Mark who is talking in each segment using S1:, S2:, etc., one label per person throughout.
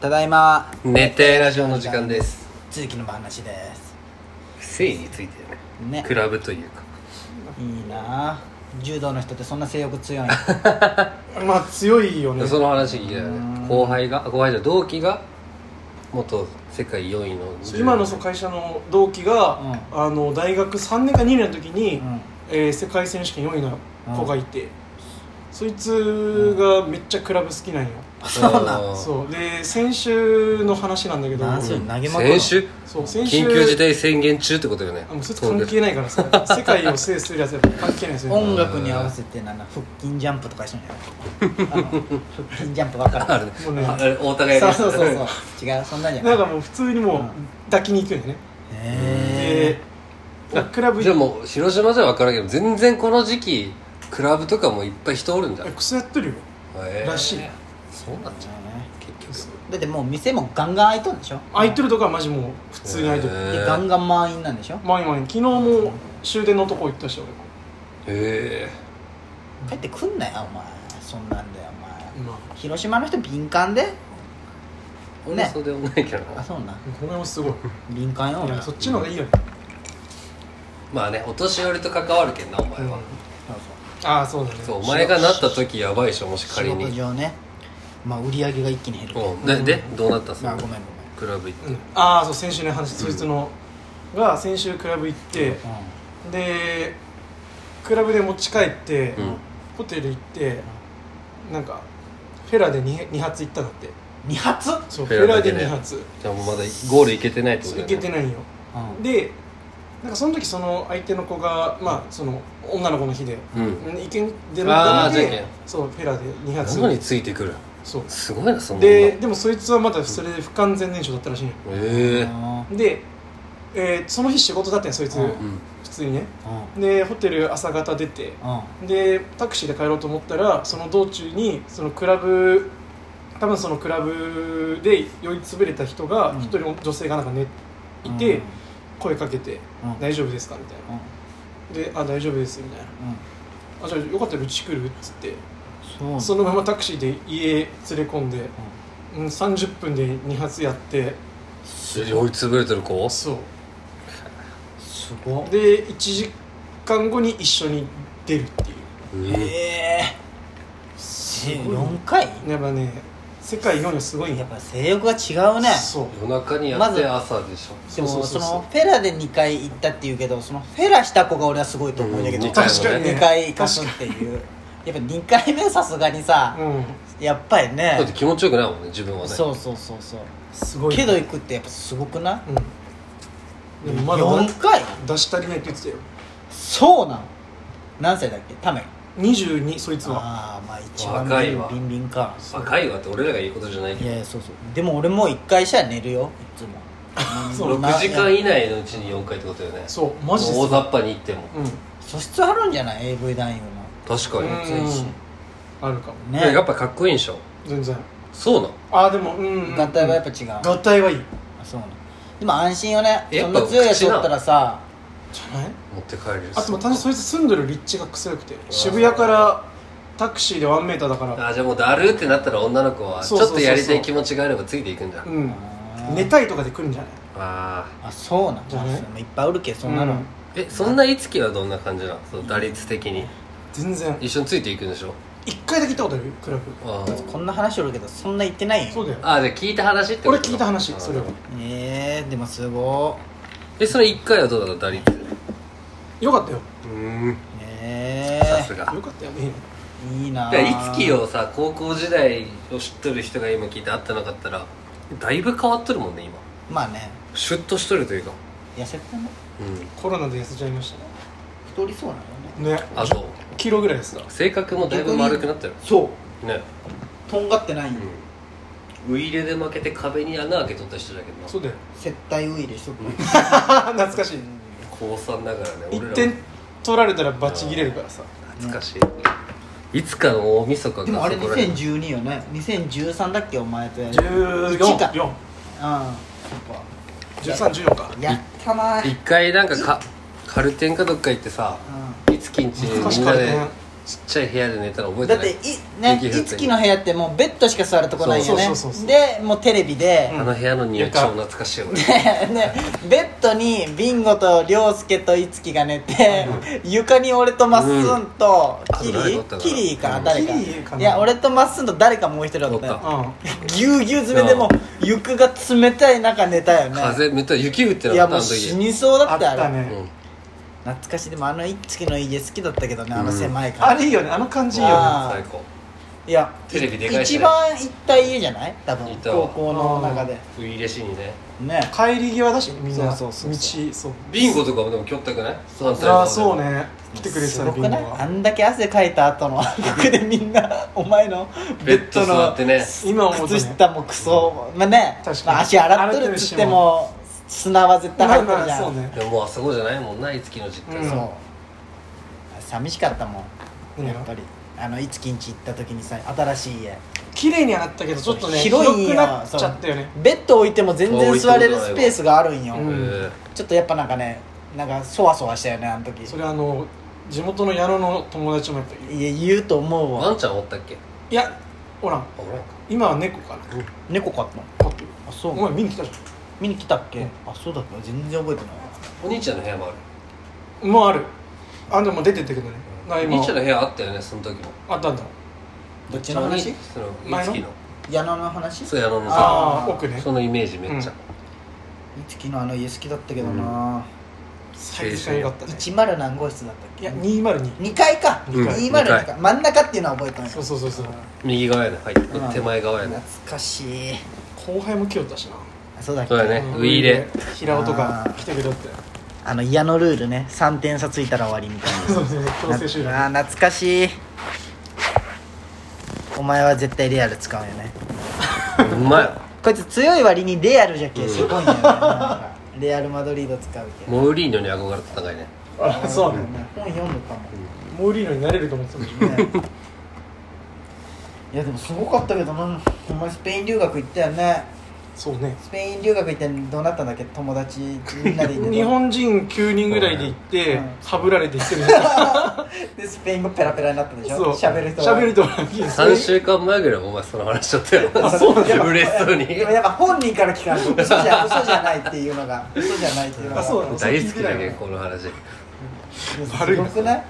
S1: ただいま
S2: 熱帯ラジオの時間です
S1: 続きの話です
S2: 性についてね
S1: ね
S2: クラブというか
S1: いいなあ柔道の人ってそんな性欲強いの
S3: まあ強いよね
S2: その話聞いたよね後輩が後輩じゃ同期が元世界4位の
S3: 今のその会社の同期が、
S1: う
S3: あの大学3年か2年の時に、
S1: うん
S3: えー世界選手権4位の子がいて、そいつがめっちゃクラブ好きなんよ、
S1: そうな
S2: あー
S3: そうで先週の話なんだけど
S1: 何それ投げまくる
S2: 先週
S3: そう先週
S2: 緊急事態宣言中ってことよね
S3: あもうそいつ関係ないからさ世界を制するやつやっぱ関係ないですよね
S1: 音楽に合わせてなんだ腹筋ジャンプとかしてんじゃないあの腹筋ジャンプわか る
S2: ある
S3: もう
S2: ね
S3: ね
S2: ああれ大高屋が
S1: そうそうそうそう違うそんなんじゃな
S3: ないんかもう普通にもう抱きに行くよね、
S1: へ
S3: でクラブ
S2: じゃあ
S3: 行っ
S2: もう広島じゃ分からんけど全然この時期クラブとかもいっぱい人おるんじゃん
S3: クソやってるよ
S2: へー
S3: らしい
S2: そうなんじゃん
S1: え
S2: 結局
S1: だってもう店もガンガン開いとんでしょ
S3: 空いてるとこはマジもう普通に空いてる
S2: へ
S1: で
S2: ー
S1: ガンガン満員なんでしょ
S3: まあ今昨日も終電のとこ行ったし俺
S2: へ
S1: 帰ってくんなよお前そんなんだよお前
S3: まあ
S1: 広島の人敏感で
S2: え
S1: ね
S2: ねそうでもないけど
S1: あ
S2: な
S1: そうなん
S3: この辺もすごい
S1: 敏感よ
S3: い
S1: 俺
S3: や
S1: そ
S3: そうっちの方がいいよね
S2: まあねお年寄りと関わるけんなお前
S1: そ
S2: は、
S1: う
S3: ああそうだね
S2: そうお前がなった時やばいでしょもし
S1: 仕
S2: 仮に
S1: 事上ねまあ売り上げが一気に減る
S2: うんででどうなったっす
S1: まあごめんごめん
S2: クラブ行っ
S3: うんああそう先週の話そいつのが先週クラブ行って
S1: う
S3: でクラブで持ち帰っ
S2: て
S3: て
S2: うん
S3: ホテル行ってなんかフェラで 2, 二発行ったんだって
S1: ん2発うん
S3: そう
S2: フ
S3: フ
S2: ェ
S3: ェ
S2: ラ
S3: ラ
S2: で
S3: で
S2: ね
S3: 2発
S2: じゃあもうまだゴール行けてないってこと
S3: そ
S2: だ
S3: う行
S2: よ
S3: けて
S2: ね
S3: ないんよでなんかその時その相手の子がまあその女の子の日で
S2: うん
S3: 意見出
S2: あ
S3: な
S2: ー
S3: く
S2: じゃんけ
S3: て
S2: ん
S3: そうフェラで2発
S2: そについてくる
S3: そう
S2: すごいなその女
S3: で
S2: へ
S3: でもそいつはまだそれで不完全燃焼だったらしいのよ
S2: え
S3: で、えーその日仕事だったんよそいつ、
S1: うん
S2: うん
S3: 普通にね
S1: うん
S3: でホテル朝方出て
S1: うん
S3: でタクシーで帰ろうと思ったらその道中にそのクラブ多分そのクラブで酔いつぶれた人が
S1: うん
S3: 一人女性がなんか寝いて、
S1: うん
S3: 声かけて
S1: うん
S3: 「大丈夫ですか?」みたいな「であ大丈夫です」みたいな
S1: うん
S3: 「あじゃあよかったらうち来る?」っつって
S1: うんそう
S3: そのままタクシーで家連れ込んで、うん、30分で2発やって
S2: 酔いつぶれてる子
S3: そう
S1: すごっ
S3: で1時間後に一緒に出るっていう
S2: え
S1: ええ
S3: ごい
S1: 4回
S3: やっぱね世界4位すごいん
S1: や
S3: や
S1: っぱ性欲が違うね
S3: そう
S2: 夜中にや
S1: ま
S2: って
S1: ず
S2: 朝でしょ
S1: でも
S3: そう
S1: そ
S3: そうそうそう
S1: のフェラで2回行ったっていうけどそのフェラした子が俺はすごいと思うんだけど、
S2: うん二回
S3: 確か にね
S1: 2回貸すっていうやっぱ2回目はさすがにさ、
S3: うん
S1: やっぱりね
S2: だって気持ちよくないもんね自分はね
S1: そうそうそうそう
S3: すごい
S1: けど行くってやっぱすごくない
S3: うんでもまだ
S1: 4回
S3: 出し足りないって言ってたよ
S1: そうなの何歳だっけタメ
S3: 22そいつは
S1: ああまあ一番
S2: 若いわ
S1: ビンビンか
S2: 若いわって俺らが言うことじゃないけ
S1: いやいやそうそうでも俺もう1回したら寝るよいつも
S3: そ
S2: ど
S3: う
S1: まあ
S2: 6時間以内のうちに4回ってことよね
S3: そうマジで
S2: 大
S3: そう
S2: 雑把に行っても
S3: うん
S1: 素質あるんじゃない AV 男優の
S2: 確かに
S3: うん
S2: 全身
S3: あるかも
S2: いやや
S1: ね
S2: っぱかっこいいんでしょ
S3: 全然
S2: そうなの
S3: ああでもうん
S1: 合体はやっぱ違う
S3: 合体はいい
S1: あそうなのでも安心よね
S2: や
S1: そ
S2: っ
S1: ん
S2: ぱ
S1: な強いやつだったらさ
S3: じゃない
S2: 持って帰れる
S3: あともう単純にそいつ住んでる立地が臭くて渋谷からタクシーでワンメーターだから
S2: あじゃあもうだるってなったら女の子はち
S3: そう
S2: ょっ
S3: そうそうそう
S2: とやりたい気持ちがあればついていくんじゃん、
S3: う
S1: うん
S3: ん寝たいとかで来るんじゃない
S2: ああ
S1: あそうなん
S3: じゃ
S1: だ
S3: あね
S1: いっぱいおるけそんなの、
S3: うん
S2: えそんないつきはどんな感じなのその打率的に
S3: 全然
S2: 一緒についていくんでしょ
S3: 一回だけ行ったことあるよクラブ
S2: あ
S1: こんな話おるけどそんな言ってない
S3: そ
S1: よ
S3: うだよ
S2: ああじゃあ聞いた話ってこと
S3: 俺聞いた話
S2: あー
S3: それは
S1: えー、でもすご
S2: えその1回はどうだった打率
S3: よかったよ
S2: うん
S1: いえ
S2: さすが
S3: よかったよい
S1: ー、
S3: いね
S1: いいない
S2: やいつきをさ高校時代を知っとる人が今聞いて会ってなかったらだいぶ変わっとるもんね今
S1: まあね
S2: シュッとしとるというか
S1: 痩せてね
S2: うん
S3: コロナで痩せちゃいましたね
S1: 太りそうなのよね
S3: ね
S2: あと
S3: 10キロぐらいですか
S2: 性格もだいぶ丸くなってる
S1: そ
S2: ね
S1: うとんがってないんよ、
S2: うんウイイレで負けて壁に穴開けとった人だけどな
S3: そうだよ
S1: 接待ウイでしょ
S3: 懐かしい
S2: 高3だからね
S3: 一
S2: 俺ら
S3: 点取られたらバチ切れるからさ
S2: 懐かしい、いつかの大晦日が
S1: でもあれ
S2: そこら辺
S1: 2012よね2013だっけお前とやる1か
S3: 14
S1: うん
S3: 1314か
S1: やったなうん
S2: 一回なんかかカルテンかどっか行ってさいつきんち
S3: 懐か
S2: み
S3: し
S2: ん
S3: か
S2: な
S3: った
S2: で
S3: ね
S2: ちっちゃい部屋で寝たら覚えて
S1: だっ
S2: ない
S1: ていね
S2: 雪降ってる
S1: いつきの部屋ってもうベッドしか座るとこないよね
S3: そうそうそうそう
S1: でもうテレビで、
S2: あの部屋の匂い超懐かしいよね
S1: ね、ベッドにビンゴと涼介といつきが寝て、床に俺とマッスンと
S2: うん
S1: キ
S2: あと誰
S1: リ
S2: だったかな
S1: キリか誰か
S3: キリかない
S1: や俺とマッスンと誰かもう一人だった
S2: おっ
S1: よ
S2: た
S3: う
S1: ぎゅうぎゅう詰めでもう床が冷たい中寝たよね
S2: 風めっちゃ雪降って
S1: いや
S2: なかった
S1: も
S2: あ
S1: う
S2: の
S1: 死
S2: 時
S1: にそうだ
S3: あ
S1: っ
S3: った
S1: よ
S3: た
S2: う
S3: ね、
S2: ん
S1: 懐かしいでもあのいつきの家好きだったけどねあの狭いから、
S3: あれいいよねあの感じいいよ
S1: あ
S3: ね
S2: 最高
S1: いや
S2: テレビでかいしね
S1: 一番行った家じゃない多分
S2: 行った
S1: 高
S2: わ
S1: 校の中で
S2: 初々しいね
S1: ね
S3: 帰り際だしみんな
S1: そうそうそうそう
S3: 道そう
S2: ビンゴとかもでもきょったくないそう
S3: ああそうね来てくれて
S1: す
S3: た
S1: ご
S3: ね
S1: く
S3: ビンゴ
S1: ないあ
S3: は
S1: んだけ汗かいた後のここでみんな お前のベ
S2: ベ
S1: ッ
S2: ッ
S1: ド
S2: ド
S1: の
S2: 座ってね
S3: 今思うと
S1: 靴
S3: ね
S1: 下もクソまあね
S3: 確かに
S1: まあ足洗っとるっつっても砂は絶対
S3: ま
S1: 入
S3: あ
S1: ってる
S3: ま
S1: じ
S3: あ
S1: ゃん、
S3: そうね
S2: でももうあそこじゃないもんないつきの実家
S3: うん
S1: そう寂しかったもん
S3: 何が
S1: やっぱりあのいつきんち行った時にさ新しい家
S3: 綺麗にはなったけどちょっとね
S1: 広いんや
S3: くなっちゃったよね
S1: ベッド置いても全
S2: あ置
S1: 然
S2: いた
S1: 座
S2: ことな
S1: れ
S2: い
S1: る
S2: わ
S1: スペースがあるんよ、
S3: うん
S2: え
S1: ちょっとやっぱなんかねなんかそわそわしたよねあの時
S3: それあの地元の矢野の友達もやっぱいる
S1: いや言うと思う
S2: ー
S1: わ
S2: ワンちゃんおったっけ
S3: いやおらん
S2: あおらんか
S3: 今は猫かな
S1: 猫飼ったの
S3: 飼ってる
S1: あそ
S3: お
S1: う
S3: 前見に来たじ
S1: 見に来たっけ、
S3: うん
S1: あそうだった全然覚えてないわ
S2: お兄ちゃんの部屋もある
S3: ゃんもうあるあでも出てったけどね
S2: お
S3: ない
S2: 兄ちゃんの部屋あったよねその時も
S3: あったんだ
S1: どっちの話
S2: その
S3: 前
S2: い
S3: の
S2: つきの
S1: 矢野の話い
S2: そうやののさ
S3: あ
S1: あー
S3: あ奥ね
S2: そのイメージめっちゃ
S1: つきのあの家好きだったけどな、
S3: 最近良かったね
S1: 10何号室だったっ
S3: い
S1: け
S3: や202
S1: 2階か
S3: 二階
S1: 202
S2: 二
S1: か真ん中っていうのは覚えてない
S3: そうそうそうそう
S2: 右側やね入って
S1: うん
S2: 手前側や
S1: 懐
S2: ね
S1: かしい
S3: 後輩も来よったしな
S1: あそうだっけ
S2: そうだね
S3: うん
S2: ウイイレ
S3: 平尾と
S1: あ
S3: か
S1: ー
S3: 来てくれよって
S1: あの矢野ルールね3点差ついたら終わりみたいな
S3: そうそうそう強制終了
S1: なあー懐かしいお前は絶対レアル使うよね
S2: うまい
S1: こいつ強い割にレアルじゃけ
S2: うん
S1: すごいんだよ ねなんかレアル・マドリード使うけ
S2: モウリーニョに憧れてたかいね
S3: あそうね
S1: 本読むかも
S3: モーリーノになれると思ってたもん
S1: ね いやでもすごかったけどなお前スペイン留学行ったよね
S3: そうね
S1: スペイン留学行ってどうなったんだっけ友達みんなで行って
S3: 日本人9人ぐらいで行って
S1: うん
S3: ハブられて行ってる
S1: でスペイン語ペラペラになったでし
S3: そう
S1: ょ喋る人
S3: 喋る人は
S2: 3週間前ぐらいお前その話しちゃったよ
S3: あそうなんだ
S2: 嬉しそうに
S1: でもやっぱ本人から聞かないと 嘘じゃ嘘じゃないっていうのが嘘じゃないっていうのが
S3: あそうなの
S2: 大好きだけどこの話
S1: すごくない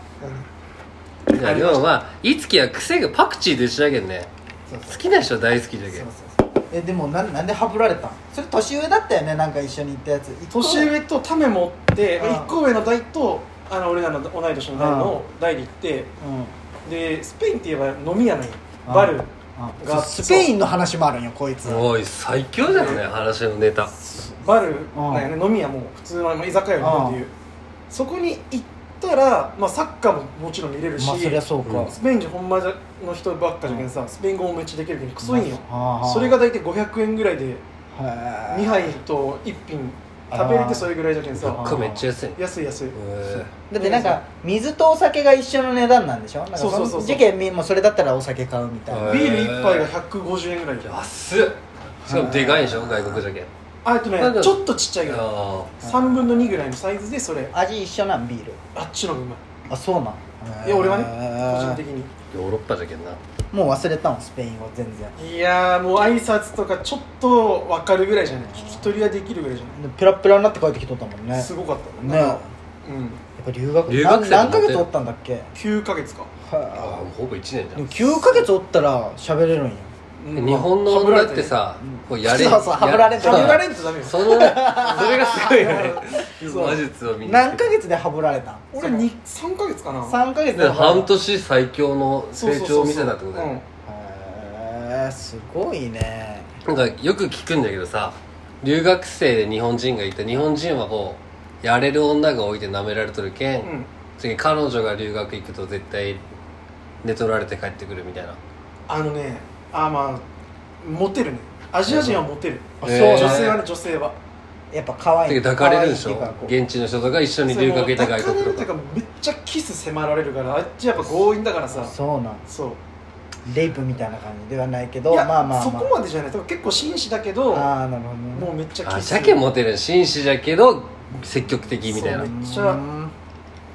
S2: いやでもまあいつきは癖がパクチーと一緒だけどね
S1: そうそう
S2: 好きな人は大好きだ
S1: そう
S2: け
S1: そ
S2: ど
S1: うそうえでもなんなんでハブられたんそれ年上だったよねなんか一緒に行ったやつ
S3: 年上とタメ持って
S1: うん
S3: 1個上の代とあの俺らの同い年の代の代で行って
S1: うん
S3: でスペインって言えば飲み屋の
S1: うん
S3: バル
S1: がスペインの話もあるんよこいつ
S2: おい最強だよね話のネタ
S3: バルなんやね飲み屋も普通の居酒屋みたいなっていううそこに行ったらまあサッカーももちろん見れるし
S1: まあそりゃそうか
S2: うん
S3: スペイン人ほんまの人ばっかじゃけんさスペイン語もめっちゃできるけどクソいんよ
S1: あー
S3: それが大体500円ぐらいで
S1: 2
S3: 2杯と1品食べれてそれぐらいじゃけん
S2: そ
S1: あ
S2: っ
S1: ー
S3: さ
S2: かめっちゃ安い
S3: 安い安い
S2: え
S1: だってなんか水とお酒が一緒の値段なんでしょなんか
S3: そうそうそうそう
S1: の事件みもうそれだったらお酒買うみたいな
S2: は
S3: ビール1杯が150円ぐらい
S2: ー安っしかもでかいでしょ外国じゃけん
S3: あえっとね
S2: なんか
S3: ちょっとちっちゃいけど
S2: あ
S3: 3分の2ぐらいのサイズでそれ
S1: 味一緒なんビール
S3: あっちの方がうま
S1: あそうなん
S3: いいや俺はね個人
S1: ね
S3: 的に
S2: ーヨーロッパじゃけんな
S1: もう忘れたのスペイン語全然
S3: いやーもう挨拶とかちょっと分かるぐらいじゃない聞き取りはできるぐらいじゃ
S1: でペラペラになって帰ってきとったもんね
S3: な
S1: ね
S3: いすごかった
S1: えや
S3: うん
S1: っぱ留学
S2: 留学生
S1: な
S2: だも
S1: 何
S2: んね
S1: ヶ月おったんだっけ
S3: 9ヶ月か
S2: あ
S1: は
S2: ーほぼ1年じ
S1: あ
S2: ゃ
S1: でも
S2: ん
S1: 9ヶ月おったら喋れるんや
S3: うん
S2: 日本の女ってさこうやれ
S1: そうそうハブられて
S3: ハブられ
S2: ん
S3: んとダメよ
S2: そのそれがすごいよね
S3: そう
S2: 魔術を見に
S1: 何ヶ月でハブられたん
S3: 俺に3ヶ月かな
S1: 3ヶ月で
S2: で
S1: ハブられ
S2: 半
S1: た
S2: 年最強の
S3: そう
S2: 成
S3: そうそう
S2: 長
S3: そう
S2: を見せたってことだよね
S1: へえすごいね
S2: なんかよく聞くんだけどさ留学生で日本人がいて日本人はこうやれる女が多いて舐められとるけ
S3: うん
S2: ん、
S3: うん
S2: 次彼女が留学行くと絶対寝取られて帰ってくるみたいな
S3: あのねあーまあモテるねアジア人はモテる
S1: あ
S2: えー
S1: そうなん
S3: 女
S1: だ
S3: 性はね女性は
S1: やっぱ可愛い
S2: てか抱かれるでしょ
S1: 可愛いっていうかこ
S2: 現地の人とか一緒に留学行った外
S3: それも抱かれる
S2: 国と
S3: という
S2: か
S3: かめっちゃキス迫られるからあっちやっぱ強引だから
S1: う
S3: さ
S1: そうなん
S3: そう
S1: レイプみたいな感じではないけど
S3: いや、
S1: まあまあまあ
S3: そこまでじゃない多分結構紳士だけど
S1: ああなるほどね
S3: もうめっちゃ
S2: あ
S3: キス
S2: じゃけんモテる紳士じゃけど積極的みたいな
S3: そうねめっち
S1: う
S3: ゃ
S1: ん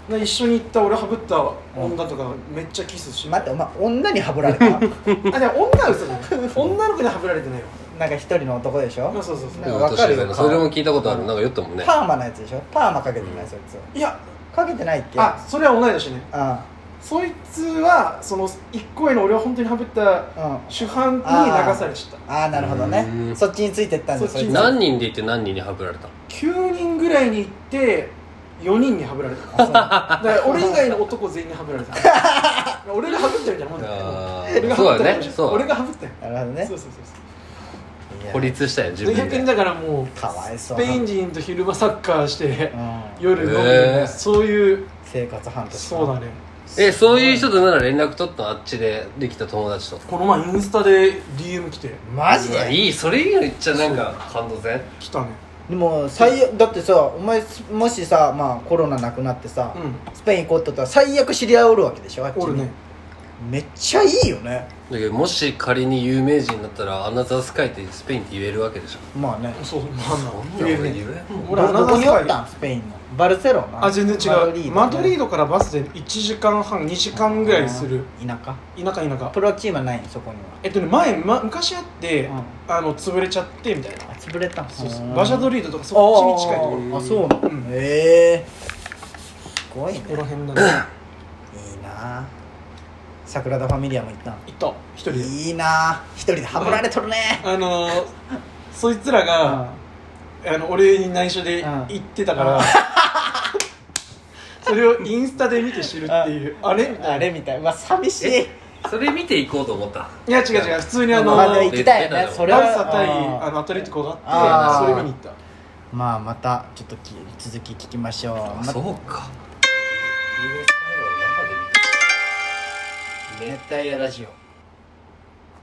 S3: で一緒に行った俺はぶった女とかめっちゃキスして
S1: 待ってお前女にはぶられ たなんか
S3: あでも女は嘘じゃない女の子にはぶられてないわ
S1: 一人の男でしょ
S3: まあそうそう
S1: な
S3: そ
S1: ん
S3: う
S1: かわかるよ
S2: うん年上のそれも聞いたことあるなんか言ったもんね
S1: パーマのやつでしょパーマかけてない、
S2: うん
S1: そいつ
S3: いや
S1: かけてないっけ
S3: あそれは同い年ね
S1: あ
S3: そいつはその一個への俺は本当にはぶった
S1: うんあ
S3: 主犯に流されちゃった
S1: あなるほどね
S2: うん
S1: そっちについてったんだ
S3: そっ
S1: そ
S3: ち
S1: い
S3: に
S1: つ
S2: 何人で行って何人にはぶられた
S3: 9人ぐらいに行って4人にはぶられた
S1: あ
S3: だから俺以外の男全員にはぶられた俺がはぶったみたいなもんだよ
S2: あ
S3: 俺
S2: ー
S3: が
S2: そう
S3: はぶった
S2: だよ
S3: みたい
S2: ね
S3: な
S2: そう
S3: 俺がはぶったよ
S1: そうなるほどね
S3: そうそうそう
S1: いや
S2: 孤立したよ自
S3: そう
S2: 分
S3: 逆に
S2: で
S3: だからもう
S1: かわいそ
S3: ス
S1: う
S3: ペイン
S1: な
S3: 人と昼間サッカーして
S1: うん、
S3: 夜飲む、
S2: へー
S3: そういう
S1: 生活半年
S3: そうだね
S2: えそういう人となら連絡取ったのあっちでできた友達と
S3: この前インスタで DM 来て
S1: マジ
S2: うわ
S1: で
S2: いいそれ以外っちゃなんか感動せん
S3: 来たね
S1: でも最悪だってさお前もしさまあコロナなくなってさ、
S3: う
S1: スペイン行こうってったら最悪知り合いおるわけでしょあっち
S3: ん
S1: に
S3: おるね
S1: めっちゃいいよね
S2: だけどもし仮に有名人だったらアナザースカイってスペインって言えるわけでしょ
S1: まあね
S3: そうまあまあ
S2: そんな
S3: 言
S2: ん俺
S3: える
S2: 言
S3: ね
S2: えん
S3: 俺
S1: ど
S3: アナ
S1: ど
S3: ザ
S1: こ
S3: ース
S1: にお
S3: カ
S1: った
S3: イ
S1: んスペインのバルセロナ
S3: あ全然違うマドリー
S1: ドね
S3: ドからバスで1時間半2時間ぐらいする
S1: あー田
S3: 田舎田舎
S1: 舎プロチームはないそこには
S3: えっとね前、ま、昔あって、
S1: うん
S3: あの潰れちゃってみたいな
S1: あ潰れたん
S3: そうそううんバシャドリードとかそっちに近いところこ
S1: あーあそうなの、
S3: うん
S1: ええすごいね
S3: こら辺なんだ
S1: いいなあ桜田ファミリアも行ったん
S3: 行った一人で
S1: いいなあ一人でハブられとるね
S3: あのー、そいつら
S1: う
S3: が、あの俺に内緒で
S1: うん
S3: 行ってたから、 それをインスタで見て知るっていうあれみた
S1: あ
S3: いな
S1: れみたいまあ寂しい
S2: それ見ていこうと思った
S3: いや違う違う普通にあの
S1: まあでも
S3: バ
S1: 行
S3: ル
S1: きたいよねそれは
S3: サ対
S1: あー
S3: あのアトレティコが
S1: あ
S3: あ
S1: ー
S3: ってそれ見に行った
S1: まあまたちょっとき続き聞きましょう
S2: あ
S1: ま
S2: そうか
S1: 熱帯夜ラジオ